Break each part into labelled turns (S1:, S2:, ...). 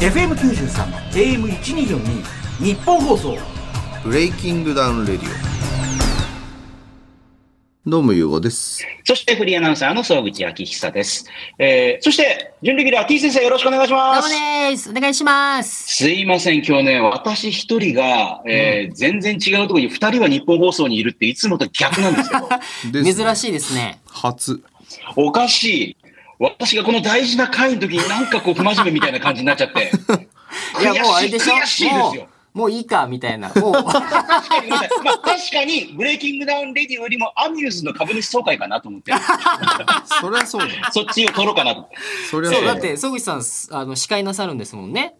S1: FM93 AM1242 日本放送
S2: ブレイキングダウンレディオ。どうも、ゆうごです。
S3: そしてフリーアナウンサーの総口昭久です。えー、そして、準レギュラー T 先生よろしくお願いし
S4: ど
S3: ま
S4: うも
S3: す。
S4: です。お願いします。
S3: すいません、今日ね、私一人が、えー全然違うところに二人は日本放送にいるっていつもと逆なんですけ ど、
S2: です
S4: 珍しいですね。
S2: 初。
S3: おかしい。私がこの大事な会の時になんかこう不真面目みたいな感じになっちゃって。
S4: いや、もうあれでしょ
S3: 悔しい悔しいですよ
S4: も。う、もういいか、みたいな。 もう、
S3: ごめんなさいまあ、確かに、ブレイキングダウンレディオよりもアミューズの株主総会かなと思 って、
S2: そりゃそうだ。
S3: そっちを取ろうかなと。
S2: そりゃ
S4: そう、だ
S2: そ
S4: っ
S2: うだ。
S4: て、曽口さん、すあの、司会なさるんですもんね。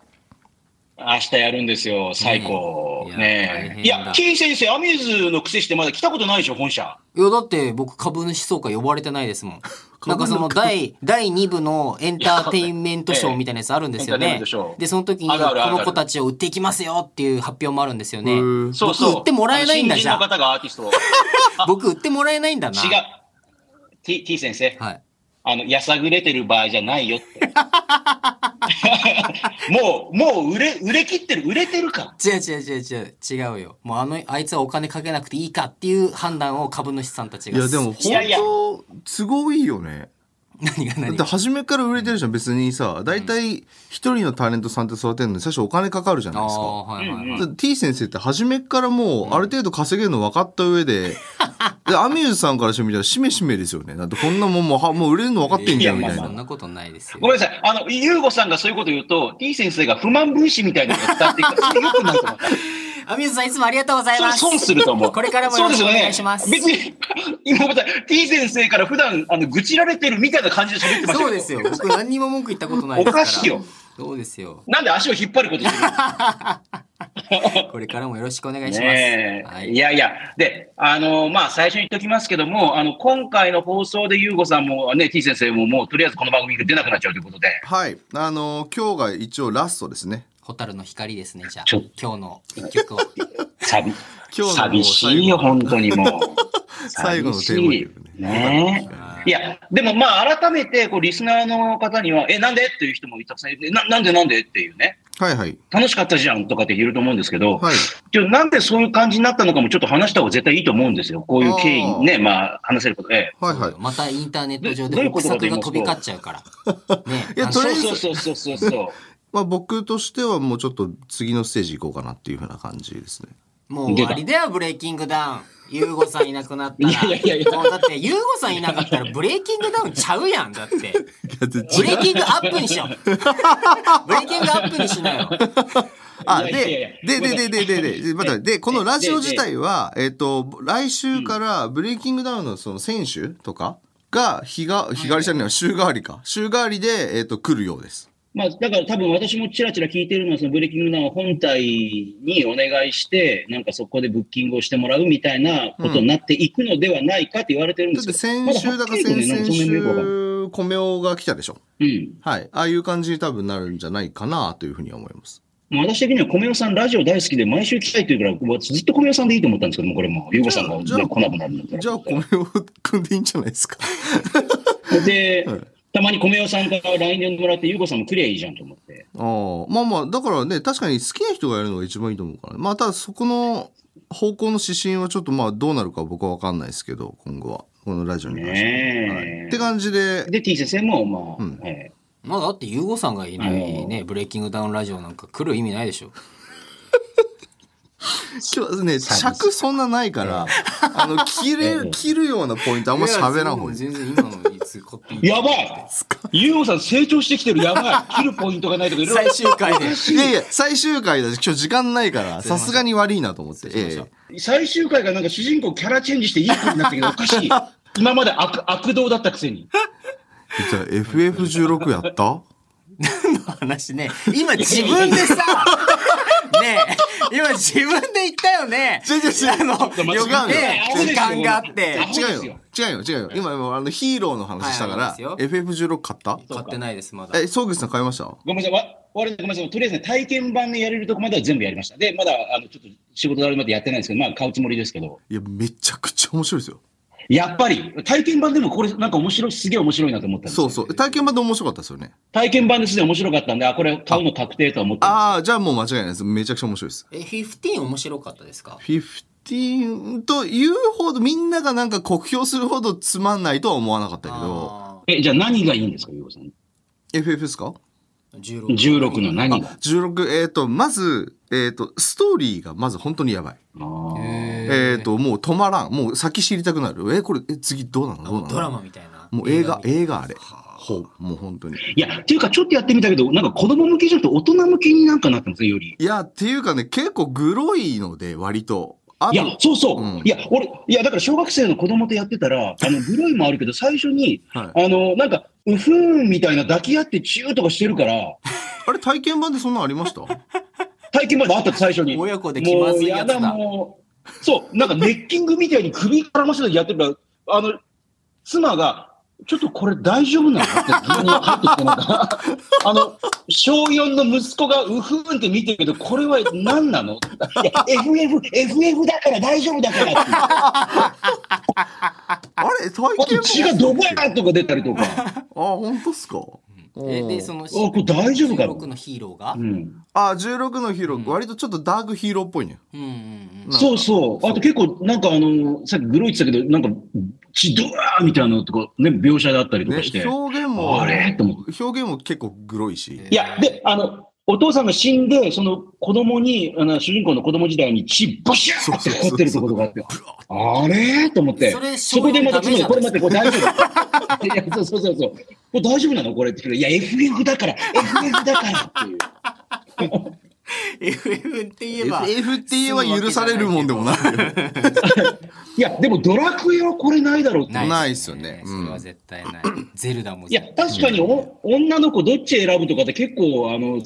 S3: 明日やるんですよ、最高。ねえ。
S4: ねえ
S3: い
S4: いや大変だ
S3: や、キー先生、アミューズのくせしてまだ来たことないでしょ、本社。
S4: いや、だって、僕、株主総会呼ばれてないですもん。なんかその
S2: 株の
S4: 第、第2部のエンターテインメントショーみたいなやつあるんですよ
S3: ええエンターテインメントシ
S4: ね
S3: ョー。
S4: で、その時に、こ
S3: あるあるある
S4: の子たちを売っていきますよっていう発表もあるんですよ
S2: へ
S4: ね。
S2: ー
S3: そうそう。
S4: 僕売ってもらえないんだ
S3: あの新
S4: じ
S3: 人
S4: ゃあ
S3: の方がアーティス トを。
S4: 僕、売ってもらえないんだな。
S3: 違う。T, T 先生、
S4: はい。
S3: あの、やさぐれてる場合じゃないよって。 もう、もう売れ、売れ切ってる、売れてるから。
S4: 違う違う違う違う違うよもうあのあいつはお金かけなくていいかっていう判断を株主さんたち
S2: い
S4: が
S2: や、でも、
S3: いやいや
S2: 本当、都合いいよね。
S4: 何が
S2: だっ
S4: 何
S2: て、
S4: が
S2: 初めから売れてるじゃん。別にさ、大体、一人のタレントさんって育てるのに、最初お金かかるじゃない
S4: あ
S2: ですか。
S4: あはいはいはい、
S3: うんうん
S2: だって T 先生って初めからもうある程度稼げるの分かった上ででアミューズさんからしてみたらしめしめですよねだってこんなもんもうはもう売れるの分かってんじゃんみ
S3: や
S2: たい
S3: ま
S4: そ
S3: あ
S4: ん
S2: な
S4: なことないですよ
S3: ごめんなさい。あの、ゆうごさんがそういうこと言うと、T 先生が不満分子みたいなのが伝わってきたら、それ良くない と思った。
S4: アミューズさんいつもありがとうございます
S3: それ損すると思う。
S4: これからもよろしくお願いします
S3: そうですよね、別に、今また T 先生から普段、あの、愚痴られてるみたいな感じで喋ってましたけど
S4: そうですよ僕何にも文句言ったことないですから
S3: おかしいよ
S4: そうですよ
S3: なんで足を引っ張ることしてるの
S4: これからもよろしくお願いします、
S3: ねえ、
S4: はいい、
S3: やいや、で、あのまあ、最初に言っておきますけども、あの、今回の放送で、ゆうごさんもね、T 先生も、もう、とりあえずこの番組に出なくなっちゃうということで、
S2: はいあのー今日が一応ラストですね
S4: 蛍の光ですねじゃあ
S3: ちょ
S4: 今日の一曲を
S3: 寂
S2: 今日の
S3: 寂しいよ、
S2: 最後
S3: 本当に もう。
S2: 最後のテーマ
S3: 寂しい
S2: だよ
S3: ねえいや、でもまあ、改めて、こう、リスナーの方には、え、なんでっていう人もたくさんいて、ななんでなんでっていうね。
S2: はいはい
S3: 楽しかったじゃんとかって言えると思うんですけど、
S2: はい
S3: ちょなんでそういう感じになったのかもちょっと話した方が絶対いいと思うんですよ。こういう経緯ね、まあ話せること で。
S2: はいはい
S4: またインターネット上
S3: どどうい
S4: で
S3: うこと
S4: 国
S3: かと
S4: 策
S3: 言い
S4: が
S3: ますと
S4: 飛び交っちゃうから、ね、
S2: いやとりあえず
S3: そうそうそうそうそう。
S2: まあ僕としてはもうちょっと次のステージ行こうかなっていうふうな感じですね
S4: もう終わりだよ、ブレイキングダウン。ユーゴさんいなくなったら。
S3: いやいやいや
S4: もうだって、ユーゴさんいなかったらブレイキングダウンちゃうやん、だって。ブ
S2: い
S4: レイキングアップにしよう。ブレイキングアップにしなよ。
S2: あ
S3: いやいやい
S2: でで
S3: や
S2: ででででででまたでこのラジオ自体はえっと来週からブレイキングダウンのその選手とかが日が日替わりしたのは週替わりか週替わりでえっと来るようです
S3: まあだから多分私もちらちら聞いてるのは、そのブレイキングダウン本体にお願いして、なんかそこでブッキングをしてもらうみたいなことになっていくのではないかって言われてるんで
S2: だっ
S3: す
S2: て
S3: けど。
S2: 先週だから先々
S3: 週。
S2: 週米尾が来たでしょ
S3: うん。
S2: はいああいう感じに多分なるんじゃないかなというふうには思います
S3: まあ私的には米尾さんラジオ大好きで毎週来たいというから、私ずっと米尾さんでいいと思ったんですけども、これも、ゆうごさんが
S2: じゃあ
S3: 来なくなるんだったら。
S2: じゃあ米尾くんでいいんじゃない ですか
S3: で、
S2: はい
S3: たまに米尾さんから LINE でもらって、ゆうこさんもくりゃいいじゃんと思って。
S2: ああまあまあだからね確かに好きな人がやるのが一番いいと思うから、まあただそこの方向の指針はちょっとまあどうなるか僕は分かんないですけど今後はこのラジオに関しては、
S3: ねえ
S2: はいって感じで
S3: で、T 先生も、まあ、
S2: うん
S3: え
S4: まあ、だってユーゴさんがいない
S3: あ
S4: ね、ブレイキングダウンラジオなんか来る意味ないでしょ。
S2: 今日はね尺そんなないからあの切
S3: ええ
S2: れ切るようなポイントあんま喋らん方がいい
S4: 全然今のいつ買っていい
S3: ーやばいゆうこさん成長してきてる、やば い切るポイントがないとか、いろい
S4: 最終回で。
S2: いやいや最終回だし今日時間ないからさすがに悪いなと思って、ええ
S3: ろ、最終回がなんか主人公キャラチェンジしていい子になったけど、おかしい。 今まで悪悪道だったくせに。
S2: じゃあ FF16 やった
S4: 話ね。今自分でさ、ねえ、今自分で言ったよね。
S2: 違う違う違う
S4: あの、
S2: 違
S4: よ
S2: う
S4: くね
S3: よ、
S4: 時間があって。
S3: アホ
S2: 違
S3: です
S2: う
S3: よ
S2: よ違うよ違うよ今今あのヒーローの話したから、
S4: はいはい
S2: FF16 買った
S4: 買ってないです、まだ。
S2: えソグさん買いました
S3: ごめんなさい。わ我々ごめんなさい。とりあえずね、体験版でやれるとこまでは全部やりました。で、まだ、あの、ちょっと仕事があるまでやってないんですけど、まあ、買うつもりですけど。
S2: いやめちゃくちゃ面白いですよ
S3: やっぱり、体験版でもこれなんか面白い、すげえ面白いなと思ったんです
S2: そ
S3: よ
S2: うそう。体験版で面白かったですよね。
S3: 体験版ですで面白かったんで、あ、これ買うの確定とは思ってま
S2: ああ、じゃあもう間違いないです。めちゃくちゃ面白いです。
S4: え、15面白かったですか
S2: 15というほど、みんながなんか酷評するほどつまんないとは思わなかったけど、
S4: あ
S3: す。え、じゃあ何がいいんですか、ゆうこさん。
S2: FF ですか
S4: ー16
S3: 16の何が。
S2: ?16、えっ、と、まず、えっ、と、ストーリーがまず本当にやばい。
S3: あー
S4: へー
S2: えっ、と、もう止まらん。もう先知りたくなる。え、これ、え、次どうなのどうなの
S4: ドラマみたいな。
S2: もう映画、
S4: み
S2: 映画あれ。ほう、もう本当に。
S3: いや、っていうかちょっとやってみたけど、なんか子供向けじゃなくて大人向けになんかなってますね、より。
S2: いや、っていうかね、結構グロいので、割と。あ
S3: いや、そうそう。
S2: うん
S3: いや、俺、いや、だから小学生の子供とやってたら、 あの、グロいもあるけど、最初に、
S2: はい、
S3: あの、なんか、うふーんみたいな抱き合ってチューとかしてるから、
S2: あれ、体験版でそんなんありました
S3: 体験まであったって最初に。
S4: 親子で気まずいやつだ
S3: もうやだ、もう。そう、なんかネッキングみたいに首からましてやってるから、あの、妻が、ちょっとこれ大丈夫なのって急に入ってきてなん か、あの、小4の息子がうふーんって見てるけど、これは何なのいや、FF、FF だから大丈夫だからって。
S2: あれ、体
S3: あと
S2: 験版
S3: 血がドバーンとか出たりとか。
S2: あ、本当っすか。
S4: たいな。え、で、そ
S2: の
S4: の、
S3: これ大丈夫かな
S4: 16のヒーローが
S3: う。ん、
S2: あ、16のヒーロー、
S4: うん
S2: 割とちょっとダークヒーローっぽいね。
S4: うんうん
S2: なんか
S3: そうそう。あと結構、なんかあの、さっきグロいって言ったけど、なんか血ドワーみたいなのとか、ね、描写だったりとかして。
S2: ね、表現も、
S3: あれと思
S2: 表現も結構グロいし。
S4: え
S3: いや、で、あの、お父さんが死んで、その子供に、あの主人公の子供時代に血ボシャーっ
S2: そ
S3: て
S2: うそうそうそう
S3: 掘ってるところがあって、あれと思って
S4: それ、
S3: そこでまた
S4: 小
S3: 次
S4: 四
S3: に、これ
S4: ダ
S3: 待って、
S4: メじゃ
S3: これ大丈夫いや、そうそうそうそう。これ大丈夫なのこれって言うからいや、FF だから、FF だからっていう。
S4: うん。FF って言えば。
S2: FF って言えば許されるもんでもないよ。
S3: いや、でもドラクエはこれないだろうって。
S2: ないないっすよねうん
S4: それは絶対 ない。ゼルダも
S3: いや、確かにお、女の子どっち選ぶとかって結構、あの、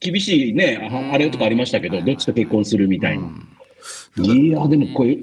S3: 厳しいね、ああれとかありましたけど、どっちと結婚するみたいな。いや、でもこれ、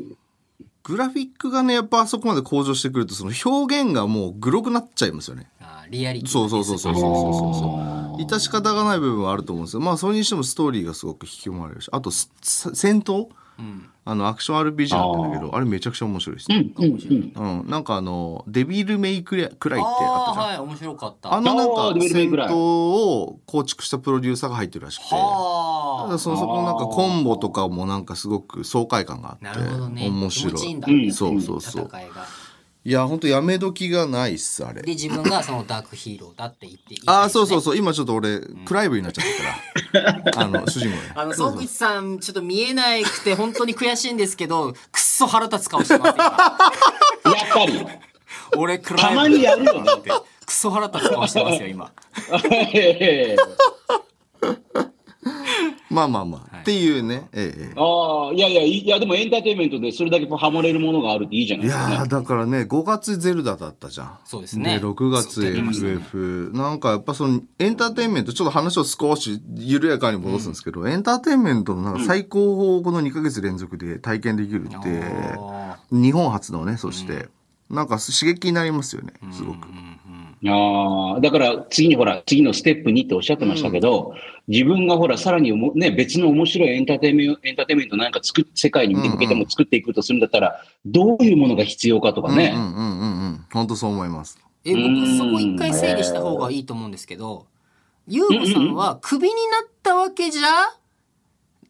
S2: グラフィックがね、やっぱあそこまで向上してくると、その表現がもうグロくなっちゃいますよね。
S4: あーリアリティ。
S2: そうそうそうそうそうそうそう。致し方がない部分はあると思うんですよ。まあ、それにしてもストーリーがすごく引き込まれるし、あと、すさ戦闘
S4: うん。
S2: あの、アクション RPG だったんだけど、あれめちゃくちゃ面白いです
S3: う
S2: ね。
S3: ん、うん、うん。
S2: うん。なんかあの、デビルメイクレくらいってあった
S4: あ
S2: じゃん
S4: あー、。はい、面白かった。
S2: あのなん
S3: あー
S2: か
S3: デビルメイ
S2: 戦
S3: クライ
S2: 闘を構築したプロデューサーが入ってるらしくて。た
S4: は
S2: だ
S4: あ。
S2: そのそこのなんかコンボとかもなんかすごく爽快感があ
S4: な
S2: って
S4: るほどね。
S2: 面
S4: 気
S2: 白
S4: 持ちいいん
S2: い。
S4: だ。
S3: うん
S2: そうそうそう。
S4: 戦いが。
S2: いや本当やめ時がないっすあれ
S4: で、。自分がそのダークヒーローだって言って。
S2: ああそうそう
S4: う。
S2: そう今ちょっと俺クライブになっちゃったか らあの主人公ね。
S4: あの、総口さん、ちょっと見えなくて、本当に悔しいんですけど、くっそ腹立つ顔してます今。
S3: やっぱり。
S4: 俺、クライブ
S3: たまにやるよなって。
S4: くっそ腹立つ顔してますよ、今。
S2: まあまあまあ
S4: はい
S2: っていうね。えええ
S3: ああ、いやいや、いや、でもエンターテインメントでそれだけハモれるものがあるっていいじゃな
S2: え。い
S3: いですか、ね。
S2: やーだからね5月ゼルダだったじゃん。
S4: そうですね。
S2: 6月
S4: 出てましたね
S2: FF、なんかやっぱそのエンターテインメントちょっと話を少し緩やかに戻すんですけど、エンターテインメントのなんか最高峰をこの2ヶ月連続で体験できるって、
S4: あ
S2: 日本初のねそして、なんか刺激になりますよねすごく、
S4: ーうん
S3: ああ、だから次にほら、次のステップにっておっしゃってましたけど、自分がほら、さらにおも、ね、別の面白いエンターテイメント、エンターテイメントなんか作っ世界に向けても作っていくとするんだったら、どういうものが必要かとかね。
S2: うんうんうんうん本当そう思います
S4: え、僕、そこ一回整理した方がいいと思うんですけど、ゆうこさんはクビになったわけじゃ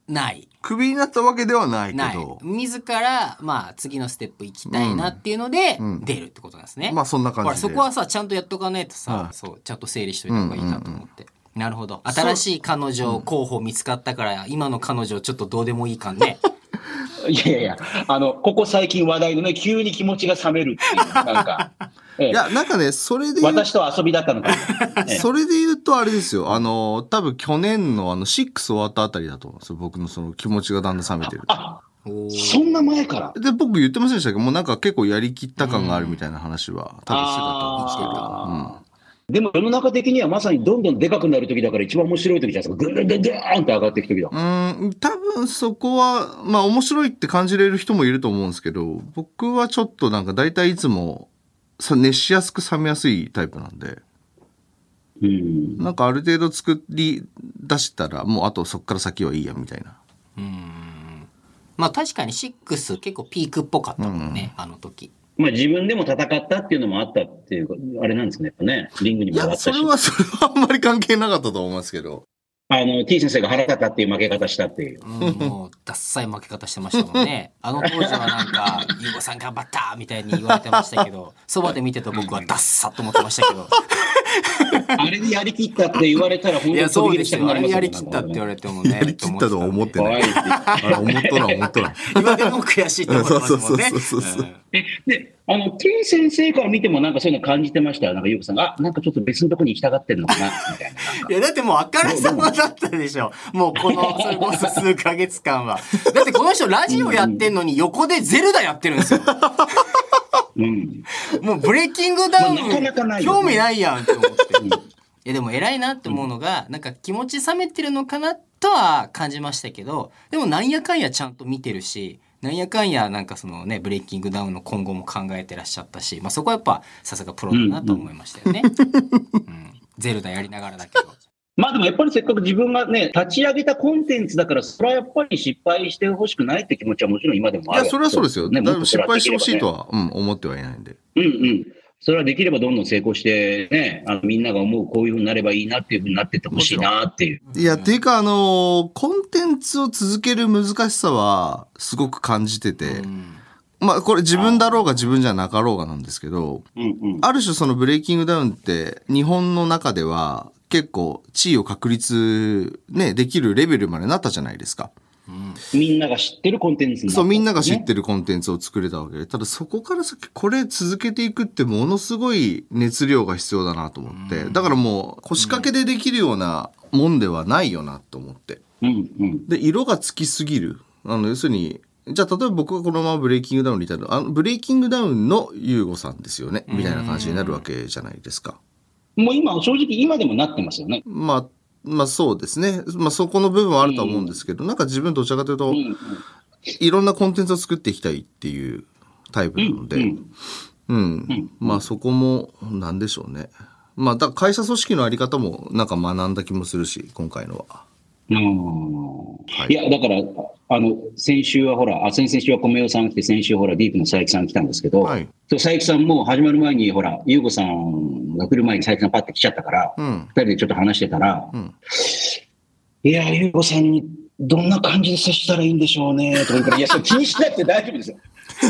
S4: ない。
S2: クビになったわけではないけ
S4: ない
S2: ど。
S4: 自ら、まあ、次のステップ行きたいなっていうので
S2: うんうん、
S4: 出るってことなんですね。
S2: まあそんな感
S4: ほ
S2: じ
S4: ら
S2: で
S4: そこはさちゃんとやっとかないとさ、
S2: はい
S4: そうちゃんと整理しといた方がいいなと思って、なるほど新しい彼女候補見つかったから、今の彼女ちょっとどうでもいい感ね
S3: いやいやいや、あの、ここ最近話題のね、急に気持ちが冷めるっていう、なんか、ええ
S2: いやなんかねそれで言う
S3: 私と遊びだったのかな。ええ
S2: それで言うとあれですよあの多分去年のあの6終わったあたりだと思うんですよ僕のその気持ちがだんだん冷めてる
S3: あ、
S4: おー
S3: そんな前から。
S2: で、僕言ってませんでしたっけど、もうなんか結構やりきった感があるみたいな話は、多分してたと思うんですけど
S3: あ。でも世の中的にはまさにどんどんでかくなる時だから一番面白い時じゃないですか。ぐんぐんぐんぐんって上がっていく時だ。
S2: うん。うん、多分そこは、まあ面白いって感じれる人もいると思うんですけど、僕はちょっとなんか大体いつも、さ熱しやすく冷めやすいタイプなんで、
S3: うん。
S2: なんかある程度作り出したら、もうあとそっから先はいいや、みたいな。
S4: うーんまあ確かに6結構ピークっぽかったもんね、あの時
S3: まあ自分でも戦ったっていうのもあったっていうか、あれなんですね、やっぱね。リングに
S2: い
S3: も上が
S2: や、
S3: った
S2: そ
S3: し
S2: れ。は、それはあんまり関係なかったと思いますけど。
S3: あの、T 先生が腹立ったっていう負け方したっていう。
S4: うん、もう、ダッサい負け方してましたも んね。あの当時はなんか、ゆうごさん頑張ったみたいに言われてましたけど、そばで見てた僕はダッサと思ってました けど。
S3: あれでやりきったって言われたら、本
S4: い
S3: 当に
S4: や、そうです
S3: 飛び
S4: よ。あれ
S3: 出した
S4: や
S3: くな
S4: り
S3: りま
S4: き
S3: す
S4: っ
S3: よ
S4: たって言われてもね。
S2: やりきったとは思って
S3: 怖
S2: ないい。
S3: ですよ
S2: あれ、思っとらん、思っと らん。
S4: 今でも悔しいと思ってますもんね。
S2: そうそうそうそうそう
S3: えで、あの、T 先生から見てもなんかそういうの感じてましたよ。なんか、ゆうこさんが、あ、なんかちょっと別のとこに行きたがってんのかな、みたいな。
S4: いや、だってもうあからさまだったでしょ。もうこの、それこそ数ヶ月間は。だってこの人ラジオやってんのに横でゼルダやってるんですよ。
S3: うん。
S4: もうブレイキングダウン、
S3: まあなかなかないよね
S4: 興味ないやんって思って。いやでも偉いなって思うのが、なんか気持ち冷めてるのかなとは感じましたけど、でもなんやかんやちゃんと見てるし、なんやかんやなんかそのね、ブレイキングダウンの今後も考えてらっしゃったし、まあそこはやっぱさすがプロだなと思いましたよね。うん、ゼルダやりながらだけど。
S3: まあでもやっぱりせっかく自分がね、立ち上げたコンテンツだから、それはやっぱり失敗してほしくないって気持ちはもちろん今でも
S2: い
S3: ある。
S2: や、それはそうですよ。だい
S3: ね、もっ
S2: ぶ
S3: と
S2: 失敗してほしいと
S3: は。
S2: は、うん、思ってはいないんで。
S3: うんうん。それはできればどんどん成功して、ね、あのみんなが思うこういうふうになればいいなっていうふうになってってほしいなっていう。
S2: いや、ていうか、あのーコンテンツを続ける難しさは、すごく感じてて、まあ、これ自分だろうが自分じゃなかろうがなんですけど、
S3: うんうん。
S2: ある種そのブレイキングダウンって、日本の中では、結構、地位を確立、ね、できるレベルまでなったじゃないですか。
S3: みんなが知ってるコンテンツになった
S2: そう、みんなが知っ
S3: ね
S2: てるコンテンツを作れたわけで、ただそこから先これ続けていくってものすごい熱量が必要だなと思って、だからもう腰掛けでできるようなもんではないよなと思って。
S3: うんうん。
S2: で、色がつきすぎる。あの、要するに、じゃあ例えば僕がこのままブレイキングダウンにいたら、あの、ブレイキングダウンのユーゴさんですよね、みたいな感じになるわけじゃないですか。
S3: もう今、正直今でもなってますよね。
S2: まあ、まあそうですね。まあそこの部分はあるとは思うんですけど、なんか自分どちらかというと、いろんなコンテンツを作っていきたいっていうタイプなので、うん。まあそこも、なんでしょうね。まあ、だから会社組織のあり方もなんか学んだ気もするし、今回のは。
S3: うんいや、だから、あの、先週はほら、あ先々週は米尾さん来て、先週ほら、ディープの佐伯さん来たんですけど、
S2: はい
S3: そう佐伯さんも始まる前に、ほら、優子さんが来る前に佐伯さんパッて来ちゃったから、二、
S2: ん
S3: 人でちょっと話してたら、
S2: ん
S3: いや、優子さんにどんな感じで接したらいいんでしょうね、とか言うから、いや、それ気にしなくて大丈夫ですよ。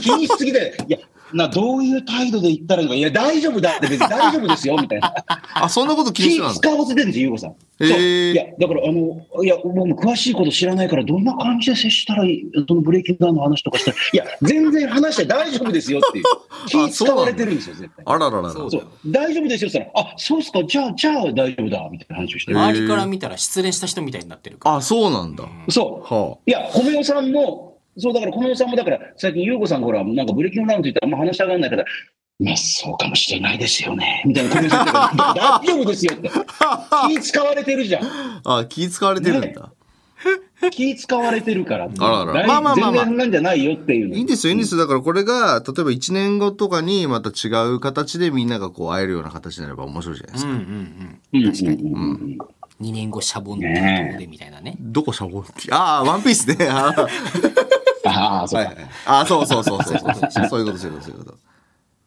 S3: 気にしすぎて、いや、な、どういう態度で言ったらいいのか、いや、大丈夫だって別に大丈夫ですよ、みたいな。
S2: あ、そんなこと気にして
S3: 気
S2: たんだ。
S3: 使わせてるんですよ、ゆうこさん。
S2: へー
S3: そういや、だから、あの、いや、僕も詳しいこと知らないから、どんな感じで接したらいい、そのブレーキングダウンの話とかしたら、いや、全然話して大丈夫ですよ っていう。気使われてるんですよ、絶対。
S2: あらららら。
S4: そう
S3: そう、大丈夫ですよって言ったら、あ、そうっすか、じゃあ、じゃあ大丈夫だ、みたいな話をしてる。
S4: 周りから見たら失恋した人みたいになってるから。
S2: あ、そうなんだ。
S3: そう。
S2: はい
S3: や、米尾さんも、そうだから米尾さんも、だから、最近、優子さんがほら、なんかブレーキングダウンって言ったら、あんま話したがらないから、まあ、そうかもしれないですよね、みたいな米尾さんだから、大丈夫です よって。気使われてるじゃん。
S2: あ。あ、気使われてるんだ。
S3: 気使われてるからって。
S2: あらあら
S3: 大
S2: まあまあまあまあ
S3: 全然なんじゃないよっていうの。
S2: いいんですよ、いいんですよ。だからこれが、例えば1年後とかにまた違う形でみんながこう会えるような形になれば面白いじゃないです
S4: うん
S2: か。
S4: うんうん。
S3: うんうんうん
S4: 2年後シャボンの塔でみたいなね。
S2: どこシャボンああ、ワンピース ね。あー
S3: ああ、そう
S2: は
S3: か。
S2: い。あ、そうそうそうそう そう。そういうこと、そういうこと、そういうこと。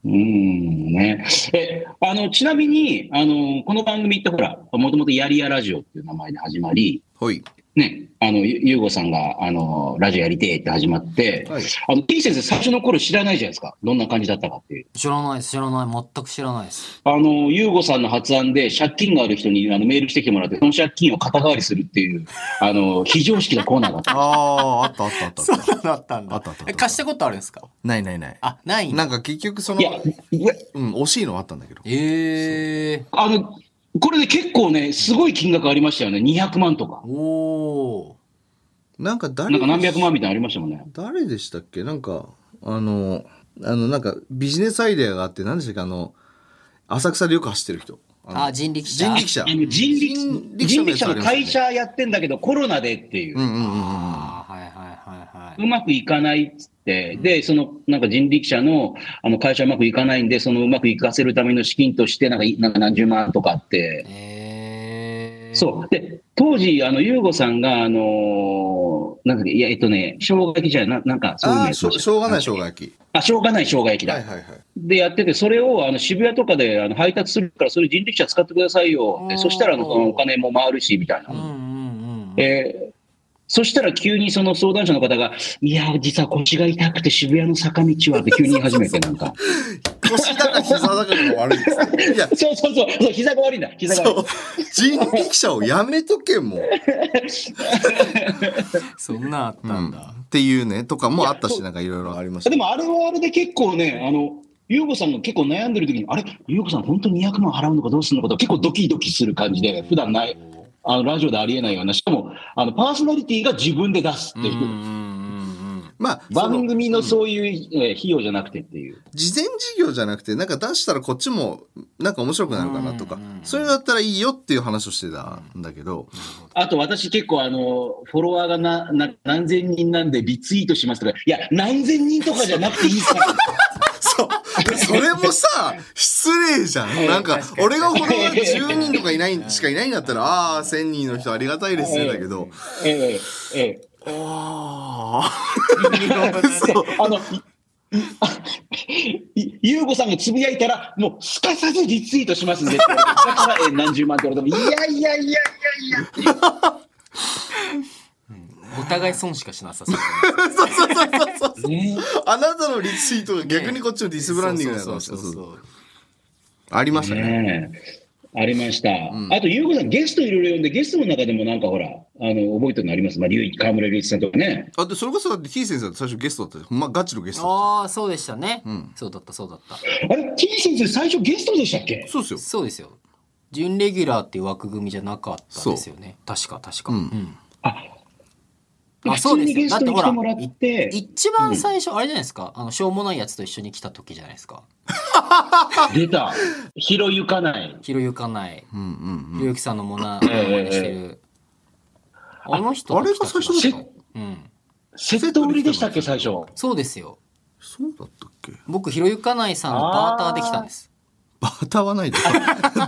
S3: うん、ね。え、あの、ちなみに、あの、この番組ってほら、もともとやりやラジオっていう名前で始まり、
S2: ほい。
S3: ね、あの、ゆゆうごさんが、あの、ラジオやりてえって始まって、
S2: はい
S3: あの、T 先生最初の頃知らないじゃないですか。どんな感じだったかっていう。
S4: 知らないです知らない全く知らないです
S3: あの、ゆうごさんの発案で借金がある人にあのメールしてきてもらって、その借金を肩代わりするっていう、あの、非常識なコーナーだっ た。
S2: ああ、あったあったあった。
S4: そうなったん
S2: だあったあったあった
S4: え貸したことあるんですか
S2: ないないない。
S4: あないんだ
S2: なんか結局その
S3: い、や、いや
S2: うん、惜しいのはあったんだけど。
S4: ええ
S3: あの、これで結構ね、すごい金額ありましたよね。200万とか
S4: ー、。お
S2: なんか誰
S3: な
S2: で
S3: んか何百万みたいなのありましたもんね。
S2: 誰でしたっけなんか、あの、あの、なんかビジネスアイデアがあって、何でしたっけあの、浅草でよく走ってる人。の
S4: あ人力車
S2: 人力車。
S3: あの人力
S2: 人
S3: 人
S2: 力
S3: 力
S2: 車の
S3: 車の
S2: やつあり
S3: 会
S2: ますね
S3: 社やってんだけど、コロナでっていうう、
S2: んうんうんうん。
S4: あはいはいはいは
S3: うまくいかないっつって、で、そのなんか人力車のあの会社うまくいかないんで、そのうまくいかせるための資金として、なんかいなんか何十万とかって、
S4: いええー、
S3: そう。で、当時、あの、ゆうごさんが、あのーなんだっけ、いや、えっとね、生姜焼きじゃない、ななんか、そういうの
S2: あ
S3: や
S2: あ、
S3: って
S2: しょ
S3: ま
S2: う
S3: し
S2: しょうがない生姜焼き。
S3: た。あ、しょうがない生姜焼きだ。
S2: はいはいはい。
S3: で、やってて、それを、あの、渋谷とかで、あの、配達するから、それ人力車使ってくださいよ。
S4: う
S3: で
S4: ん
S3: そしたら、あのお金も回るし、みたいな。
S4: うんうんうん。
S3: えーそしたら急にその相談者の方が、いや、実は腰が痛くて渋谷の坂道はって急に言い始めて、なんか。
S2: 腰だか膝だかが悪いですね。いや、
S3: そうそうそう、そう膝が悪いんだ、膝が悪い。
S2: そう。人力車をやめとけもう。
S4: そんなあったんだ。
S2: っていうね、とかもあったし、なんかいろいろありました
S3: で。もあれはあれで結構ね、あの、ゆうごさんが結構悩んでる時に、あれ、ゆうごさん本当に200万払うのかどうするのかと結構ドキドキする感じで、普段ない、あの、ラジオでありえないような、しかも、あの、パーソナリティが自分で出すっていうう、
S4: んうんうん
S2: まあ、そ
S3: 番
S2: の
S3: 組のそういう、えー費用じゃなくてっていう。
S2: 事前事業じゃなくて、なんか出したらこっちも、なんか面白くなるかなとか
S4: うんうんうん、
S2: そういうのだったらいいよっていう話をしてたんだけど、
S3: あと私結構あの、フォロワーがな、な、何千人なんでリツイートしますとか、いや、何千人とかじゃなくていいから。
S2: そう。それも さ、失礼じゃん。なんか、俺がフォロワー10人とかいない、しかいないんだったら、ああー、1000人の人ありがたいですね、だけど。
S3: ええええ
S2: あ
S3: そう あの、いあいゆうごさんがつぶやいたら、もうすかさずリツイートしますんでって言われて、だからえー何十万って言われても、いやいやいやいやいやっていう
S4: うん。お互い損しかしなさそう。
S3: ね、
S2: あ、あなたのリツイートが逆にこっちのディスブランディングだと
S4: そ
S2: 思ってた
S4: うそうそう
S2: そう
S4: そう。
S2: ありましたね。
S3: ねえありました。あと、ゆうごさん、ゲストいろいろ呼んで、ゲストの中でもなんかほら、あの、覚えてるのありますまあ、龍一河村龍一さんとかね。
S2: あ、で、それこそだって、ヒー先生だって最初ゲストだったじゃんほんまガチのゲストだっ
S4: ああ、そうでしたね
S2: ん。
S4: そうだった、そうだった。
S3: あれ、金先生、最初ゲストでしたったけ
S2: そうですよ。
S4: そうですよ。準レギュラーっていう枠組みじゃなかったですよね。確か、確か。
S2: うん
S4: うん
S3: あ、
S4: あ
S3: 普通にゲストに来ても
S4: だ
S3: ら
S4: ってほら
S3: って、
S4: 一番最初、あれじゃないですか。あの、しょうもないやつと一緒に来た時じゃないですか。
S3: 出た。拾いゆかない。
S4: ひろゆかない、
S2: うんうんうん。
S4: ひろゆきさんのモナ、モノマネしてる。あの人
S2: あれが最初だ
S3: せ
S2: ったの
S4: うん。
S3: セット売りでしたっけ、最初。
S4: そうですよ。
S2: そうだったっけ
S4: 僕、ひろゆかないさんのバーターできたんです。
S2: バーターはないです。 バータ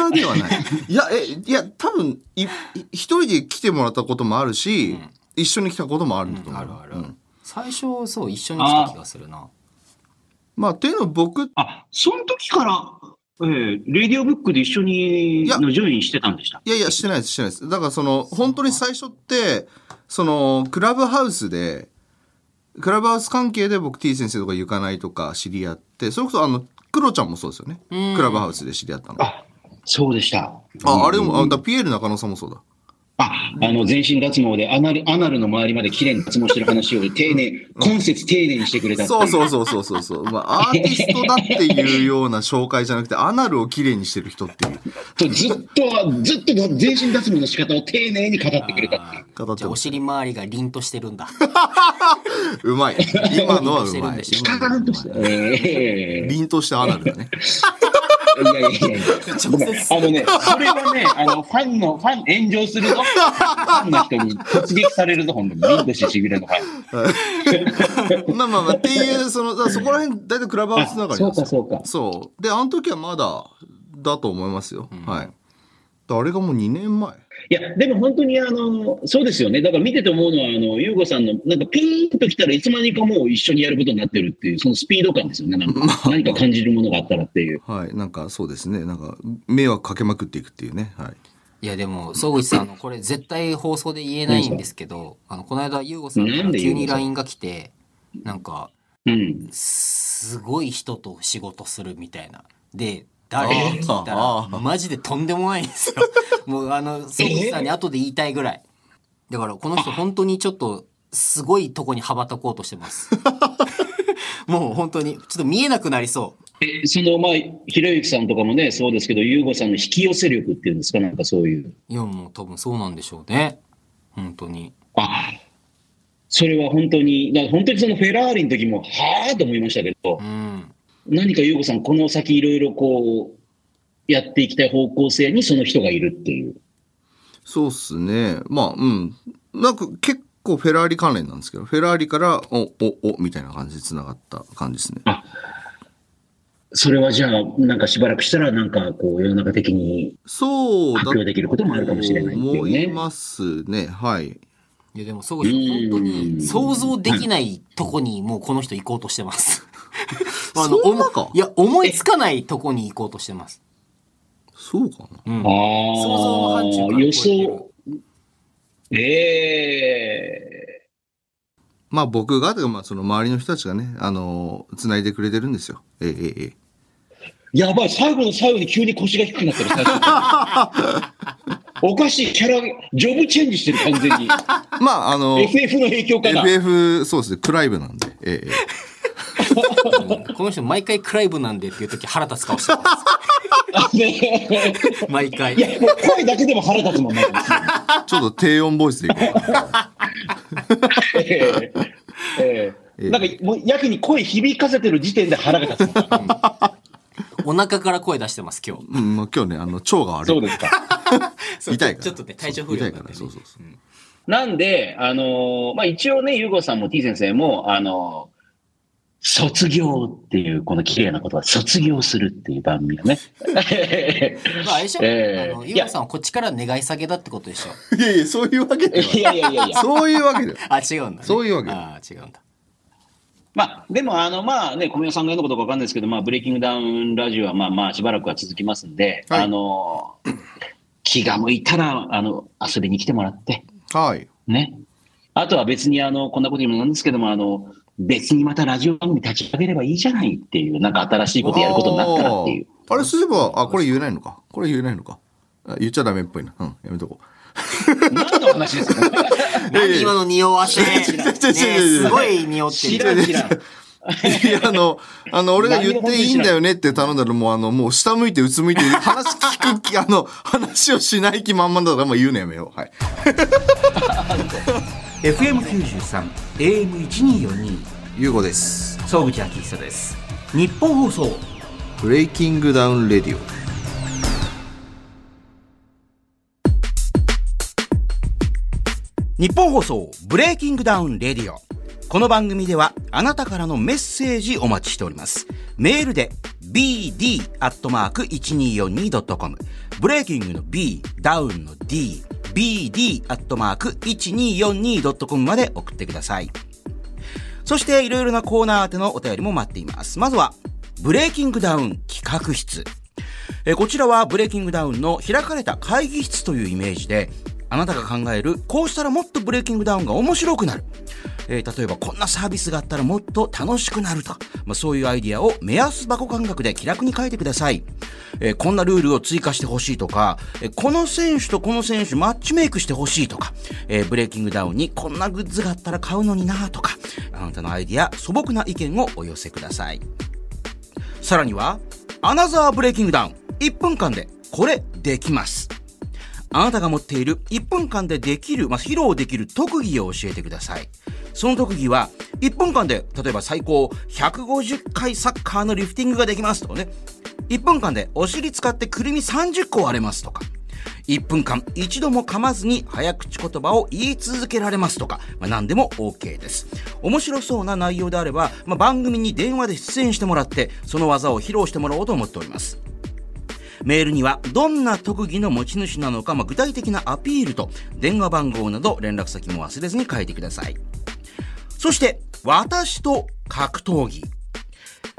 S2: ーではない。いや、え、いや、多分、いい一人で来てもらったこともあるし、一緒に来たこともあるんだと思う。
S4: あるある
S2: うん。
S4: 最初、そう、一緒に来た気がするな。
S2: まあ、っていうのは僕、
S3: あ、その時から、えー、レディオブックで一緒に
S2: いや
S3: の順位してたんでした。
S2: いやいや、してないです、してないです。だから、その、本当に最初って、その、クラブハウスで、クラブハウス関係で僕、T 先生とかゆかないとか知り合って、それこそ、あの、クロちゃんもそうですよね。
S4: うん
S2: クラブハウスで知り合ったの。あ、
S3: そうでした。
S2: あれも、あ、だからピエール中野さんもそうだ。
S3: あ、あの、全身脱毛でアナル、アナルの周りまで綺麗に脱毛してる話を丁寧、今節丁寧にしてくれたってい
S2: そうそうそうそうそうそう。まあ、アーティストだっていうような紹介じゃなくて、アナルをきれいにしてる人っていう。
S3: とずっと、ずっと全身脱毛の仕方を丁寧に語ってくれたっていう。
S2: 語って
S4: じゃあ、お
S2: ます
S4: 尻周りが凛としてるんだ。
S2: うまい。今のはう まい。
S4: してるん
S3: カカンとして。え
S2: 凛としてアナルだね。
S3: ー、いやいやいやいや。ごめんあのね、それはね、あの、ファンの、ファン炎上するぞ。ファンの人に突撃されるぞ、本当に。リンとしてしびれのファン。
S2: まあまあまあ、っていう、その、だからそこら辺、だいたいクラブハウスの中にあるんですよ
S3: そうかそうか
S2: そう。で、あの時はまだ、だと思いますよ。はい。あれがもう2年前。
S3: いや、でも本当にあの、そうですよね。だから見てて思うのは、あの、ゆうごさんの、なんかピーンと来たらいつまにかもう一緒にやることになってるっていう、そのスピード感ですよね。なんか何か感じるものがあったらっていう。
S2: はい。なんか、そうですね。なんか、迷惑かけまくっていくっていうね。はい。
S4: いやでも総口さんあのこれ絶対放送で言えないんですけどあのこの間優吾さんか
S3: な
S4: ら
S3: んで
S4: 急
S3: ユーゴ
S4: に
S3: さん
S4: LINE が来てなんか
S3: うん。
S4: すごい人と仕事するみたいなで誰
S2: あー
S4: って聞いた
S2: あ
S4: らマジでとんでもないんです よもうあの総口さんに後で言いたいぐらいだからこの人本当にちょっとすごいとこに羽ばたこうとしてます もう本当にちょっと見えなくなりそう
S3: え、その、まあ、ひろゆきさんとかもね、そうですけど、ゆうごさんの引き寄せ力っていうんですか、なんかそういう。
S4: いやもう多分そうなんでしょうね本当に
S3: あそれは本当に、だから本当にそのフェラーリの時も、はぁと思いましたけど
S4: う、ん
S3: 何かゆうごさん、この先いろいろこう、やっていきたい方向性にその人がいるっていう。
S2: そうっすね。まあ、うん。なんか結構フェラーリ関連なんですけど、フェラーリから、お、お、お、みたいな感じで繋がった感じですね。
S3: それはじゃあ、なんかしばらくしたら、なんかこう、世の中的に
S2: そう
S3: 発表できることもあるかもしれないっていう
S2: 思い
S3: ね。
S2: ますね。はい。
S4: いやでもそうですよ
S3: うん
S4: 本当に想像できないとこにもうこの人行こうとしてます。
S2: そんなか
S4: 思いや思いつかないとこに行こうとしてます。
S2: そうかな。
S4: う
S3: ああ、
S4: ん想像の範疇から超えてる
S3: 予想。ええ
S2: まあ僕がというか、まあその周りの人たちがね、あのー、繋いでくれてるんですよ。ええええええ。
S3: やばい、最後の最後に急に腰が低くなってる最 初。おかしい、キャラ、ジョブチェンジしてる、完 全に。
S2: まああ のー、
S3: FF の影響かな。
S2: FF、そうですね、クライブなんで。ええええ。
S4: うんこの人毎回クライブなんでっていう時腹立つ顔してま
S3: ね
S4: す。毎 回。
S3: いや、もう声だけでも腹立つもんね。
S2: ちょっと低音ボイスでいこうかな。
S3: ええええなんか、もう、やけに声響かせてる時点で腹が立つも ん。
S4: お腹から声出してます今日。
S2: うん、まあ今日ね、あの、腸が悪い。
S3: そうですか。
S4: そう
S2: 痛いから
S4: ちょっとね体調不良
S2: 痛い
S4: にな
S2: か
S4: って
S2: ら、
S4: ね
S2: そうそうそう。
S3: なんで、あのーまあ、一応ね、ゆうごさんも T 先生も、あのー卒業っていう、この綺麗なことは、卒業するっていう番組 がね。
S4: まああれでし ょ。
S3: ええ
S4: あの
S3: い
S4: ゆ
S3: や
S4: うさんはこっちから願い下げだってことでしょ。
S2: いやいや、そういうわけではない
S3: やいやいやいや。
S2: そういうわけでは。
S4: あ違うんだ、ね。
S2: そういうわけ
S4: あ違うんだ。
S3: まあ、でも、あの、まあね、小宮さんが言うのことかわかんないですけど、まあ、ブレイキングダウンラジオは、まあまあ、しばらくは続きますんで、
S2: はい
S3: あのー気が向いたら、あの、遊びに来てもらって、
S2: はい。
S3: ね。あとは別に、あの、こんなこと言うのもなんですけども、あの、別にまたラジオ番組立ち上げればいいじゃないっていう、なんか新しいことやることになったらっていう。
S2: あーあれ、そういえば、あ、これ言えないのか。これ言えないのか。あ言っちゃダメっぽいな。うん、やめとこう。
S3: 何の話ですか
S4: 何今の匂わせ。ね
S2: 違う違う違う
S4: えすごい匂って
S3: 知
S4: る。
S3: らん知らん。
S2: いや、あの、あの、俺が言っていいんだよねって頼んだら、もう、あの、もう下向いて、うつむいて、話聞く 気、あの、話をしない気満々だから、まあ言うのやめよう。はい。
S1: FM93 AM1242
S2: ゆうごです。
S1: 総口昭久です日本放送
S2: ブレイキングダウンレディオ。
S1: 日本放送ブレイキングダウンレディオこの番組ではあなたからのメッセージお待ちしておりますメールで bd アットマーク 1242.com ブレイキングの b ダウンの d bd アットマーク 1242.com まで送ってくださいそしていろいろなコーナー宛てのお便りも待っていますまずはブレイキングダウン企画室えーこちらはブレイキングダウンの開かれた会議室というイメージで、あなたが考える、こうしたらもっとブレイキングダウンが面白くなる。えー例えばこんなサービスがあったらもっと楽しくなるとか、まあ、そういうアイディアを目安箱感覚で気楽に書いてください。えーこんなルールを追加してほしいとか、えーこの選手とこの選手マッチメイクしてほしいとか、えーブレイキングダウンにこんなグッズがあったら買うのになとか、あなたのアイディア、素朴な意見をお寄せください。さらには、アナザーブレイキングダウン。1分間で、これ、できます。あなたが持っている1分間でできる、まあ、披露できる特技を教えてください。その特技は、1分間で、例えば最高150回サッカーのリフティングができますとかね。1分間でお尻使ってくるみ30個割れますとか。1分間一度も噛まずに早口言葉を言い続けられますとか、まあ、何でも OK です面白そうな内容であれば、まあ、番組に電話で出演してもらってその技を披露してもらおうと思っておりますメールにはどんな特技の持ち主なのか、まあ、具体的なアピールと電話番号など連絡先も忘れずに書いてくださいそして私と格闘技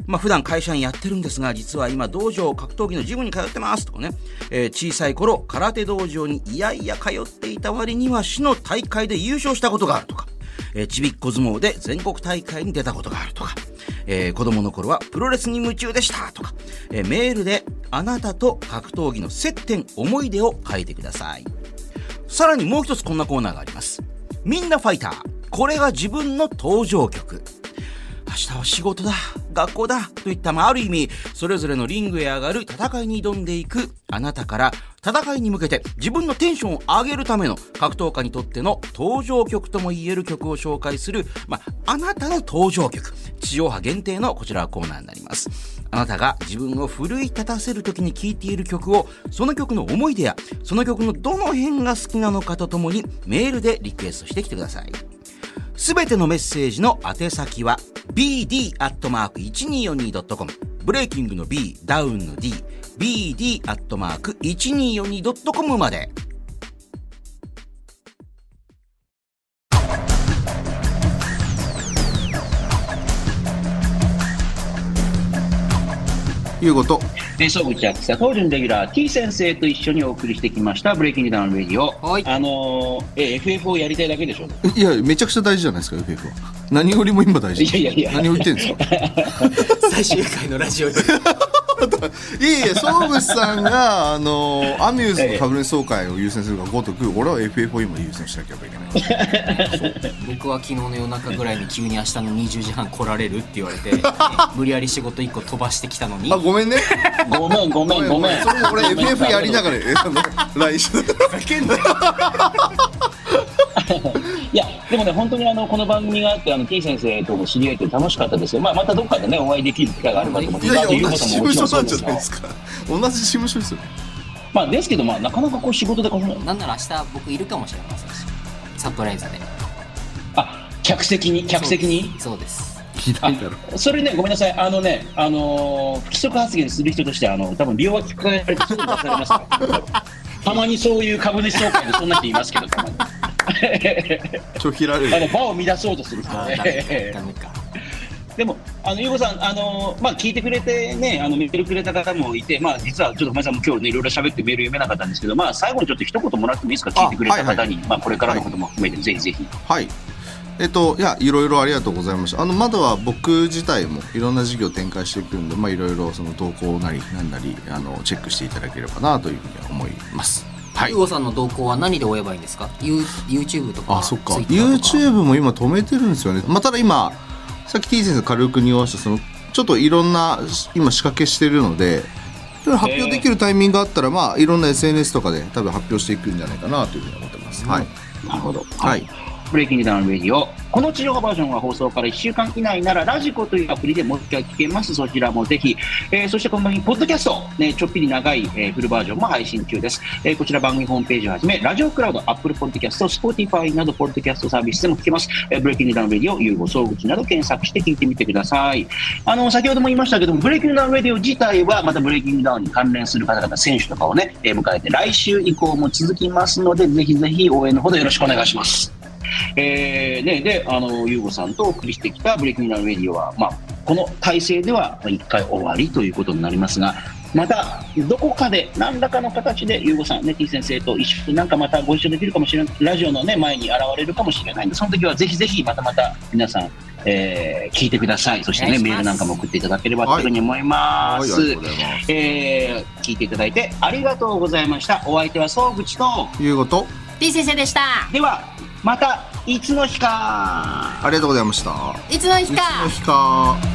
S1: まあ、普段会社員やってるんですが、実は今、道場格闘技のジムに通ってますとかね、えー小さい頃、空手道場にいやいや通っていた割には市の大会で優勝したことがあるとか、えーちびっこ相撲で全国大会に出たことがあるとか、えー子供の頃はプロレスに夢中でしたとか、えーメールであなたと格闘技の接点、思い出を書いてください。さらにもう一つこんなコーナーがあります。みんなファイター。これが自分の登場曲。明日は仕事だ、学校だ、といった、まあ、ある意味、それぞれのリングへ上がる戦いに挑んでいくあなたから、戦いに向けて自分のテンションを上げるための格闘家にとっての登場曲とも言える曲を紹介する、まあ、あなたの登場曲、地上波限定のこちらはコーナーになります。あなたが自分を奮い立たせる時に聴いている曲を、その曲の思い出や、その曲のどの辺が好きなのかとともに、メールでリクエストしてきてください。すべてのメッセージの宛先は、 bd.1242.com ブレイキングの B、ダウンの D、bd.1242.com まで。
S2: いうこと。
S3: えー、総口秋さ当時のレギュラー T 先生と一緒にお送りしてきました「ブレイキングダウンレディオ」
S4: はい
S3: あのーえー FF をやりたいだけでしょ
S2: いや、めちゃくちゃ大事じゃないですか、FF は。何よりも今大事。
S3: いやいやいや
S2: 何を言ってんですか。
S4: 最終回のラジオで
S2: いやいや、総口さんが、あのアミューズの株主総会を優先するがごとく、俺は FF を今優先しなければいけない。
S4: 僕は昨日の夜中ぐらいに急に明日の20時半来られるって言 われて無理やり仕事1個飛ばしてきたのに
S2: あ、ごめんね。
S3: ごめんごめんごめん
S2: それで俺 FF やりながら、あの来週。
S3: いやでもね本当にあのこの番組があってあの T 先生とも知り合えて楽しかったですよ、まあ、またどっかでねお会いできる機会があればと思っ
S2: い
S3: て
S2: や
S3: あと
S2: い
S3: ゆ
S2: や、
S3: う
S2: 同
S3: こ
S2: じ
S3: さん
S2: 事務所なじゃ
S3: ももちろんそうんです
S2: ないですか。同じ事務所ですよ。
S3: まあですけどまあなかなかこう仕事でこの
S4: なんなら明日僕いるかもしれませんしサプライズで
S3: あ客席に客席に
S4: そうです
S2: ひどいだろ。
S3: それね、ごめんなさい、あのね、あのー不規則発言する人として、あの多分両脇抱えられて、すぐ出されますから。たまにそういう株主総会でそんな人いますけど、たまに
S2: ちょ、ひられ
S3: あ
S2: る。
S3: の場を乱そうとする人
S4: あーダメか
S3: ね。
S4: ダメか
S3: でも、あのゆうこさん、あのーまあ、聞いてくれてね、あのメールくれた方もいて、まあ、実はちょっとごめんなさい、もう今日ね、いろいろ喋ってメール読めなかったんですけど、まあ、最後にちょっと一言もらってもいいですか、聞いてくれた
S2: あは
S3: 方
S2: い
S3: に、まあ、これからのことも含めて、ぜひぜひ。
S2: はい。えっと、いや、いろいろありがとうございました。あの、まだは僕自体もいろんな事業展開していくんで、まあ、いろいろその投稿なり、なんなり、あの、チェックしていただければなというふうには思います。はい
S4: ウ。オさんの動向は何で追えばいいんですかユー YouTube とか
S2: あ、そっか。
S4: Twitter と
S2: YouTube も今止めてるんですよね。まあ、ただ今、さっき T 先生軽く匂わした、その、ちょっといろんな、今仕掛けしてるので、発表できるタイミングがあったら、まあ、いろんな SNS とかで多分発表していくんじゃないかなというふうに思ってます。はい。
S3: なるほど。
S2: はい。
S3: ブレイキングダウンレディオ。この地上波バージョンは放送から1週間以内なら、ラジコというアプリでもう一回聞けます。そちらもぜひ。えーそしてこの番組、ポッドキャスト、ね、ちょっぴり長い、えーフルバージョンも配信中です。えーこちら番組ホームページをはじめ、ラジオクラウド、アップルポッドキャスト、スポーティファイなど、ポッドキャストサービスでも聞けます。えーブレイキングダウンレディオ、ユーゴ総口など検索して聞いてみてください。あの、先ほども言いましたけども、ブレイキングダウンレディオ自体は、またブレイキングダウンに関連する方々、選手とかをね、えー迎えて、来週以降も続きますので、ぜひぜひ応援のほどよろしくお願いします。えーね、で、あの、ゆうごさんとお送りしてきたブレイキングダウンレディオは、まあ、この体制では一回終わりということになりますが、また、どこかで、何らかの形で、ゆうごさん、ね、てぃ先生と一緒になんかまたご一緒できるかもしれない、ラジオのね、前に現れるかもしれないんで、その時はぜひぜひ、またまた皆さん、えー聞いてください。そしてね、
S4: お願いし
S3: メ
S4: ます
S3: ールなんかも送っていただければというふうに思いま
S2: はい、あ
S3: す。
S2: りがとうございます。
S3: えー聞いていただいてありがとうございました。お相手は総口と、
S2: ゆうごと、
S5: T 先生でした
S3: では、また、いつの日か。
S2: ありがとうございました。
S5: いつの日
S2: いつ
S5: か
S2: の日か。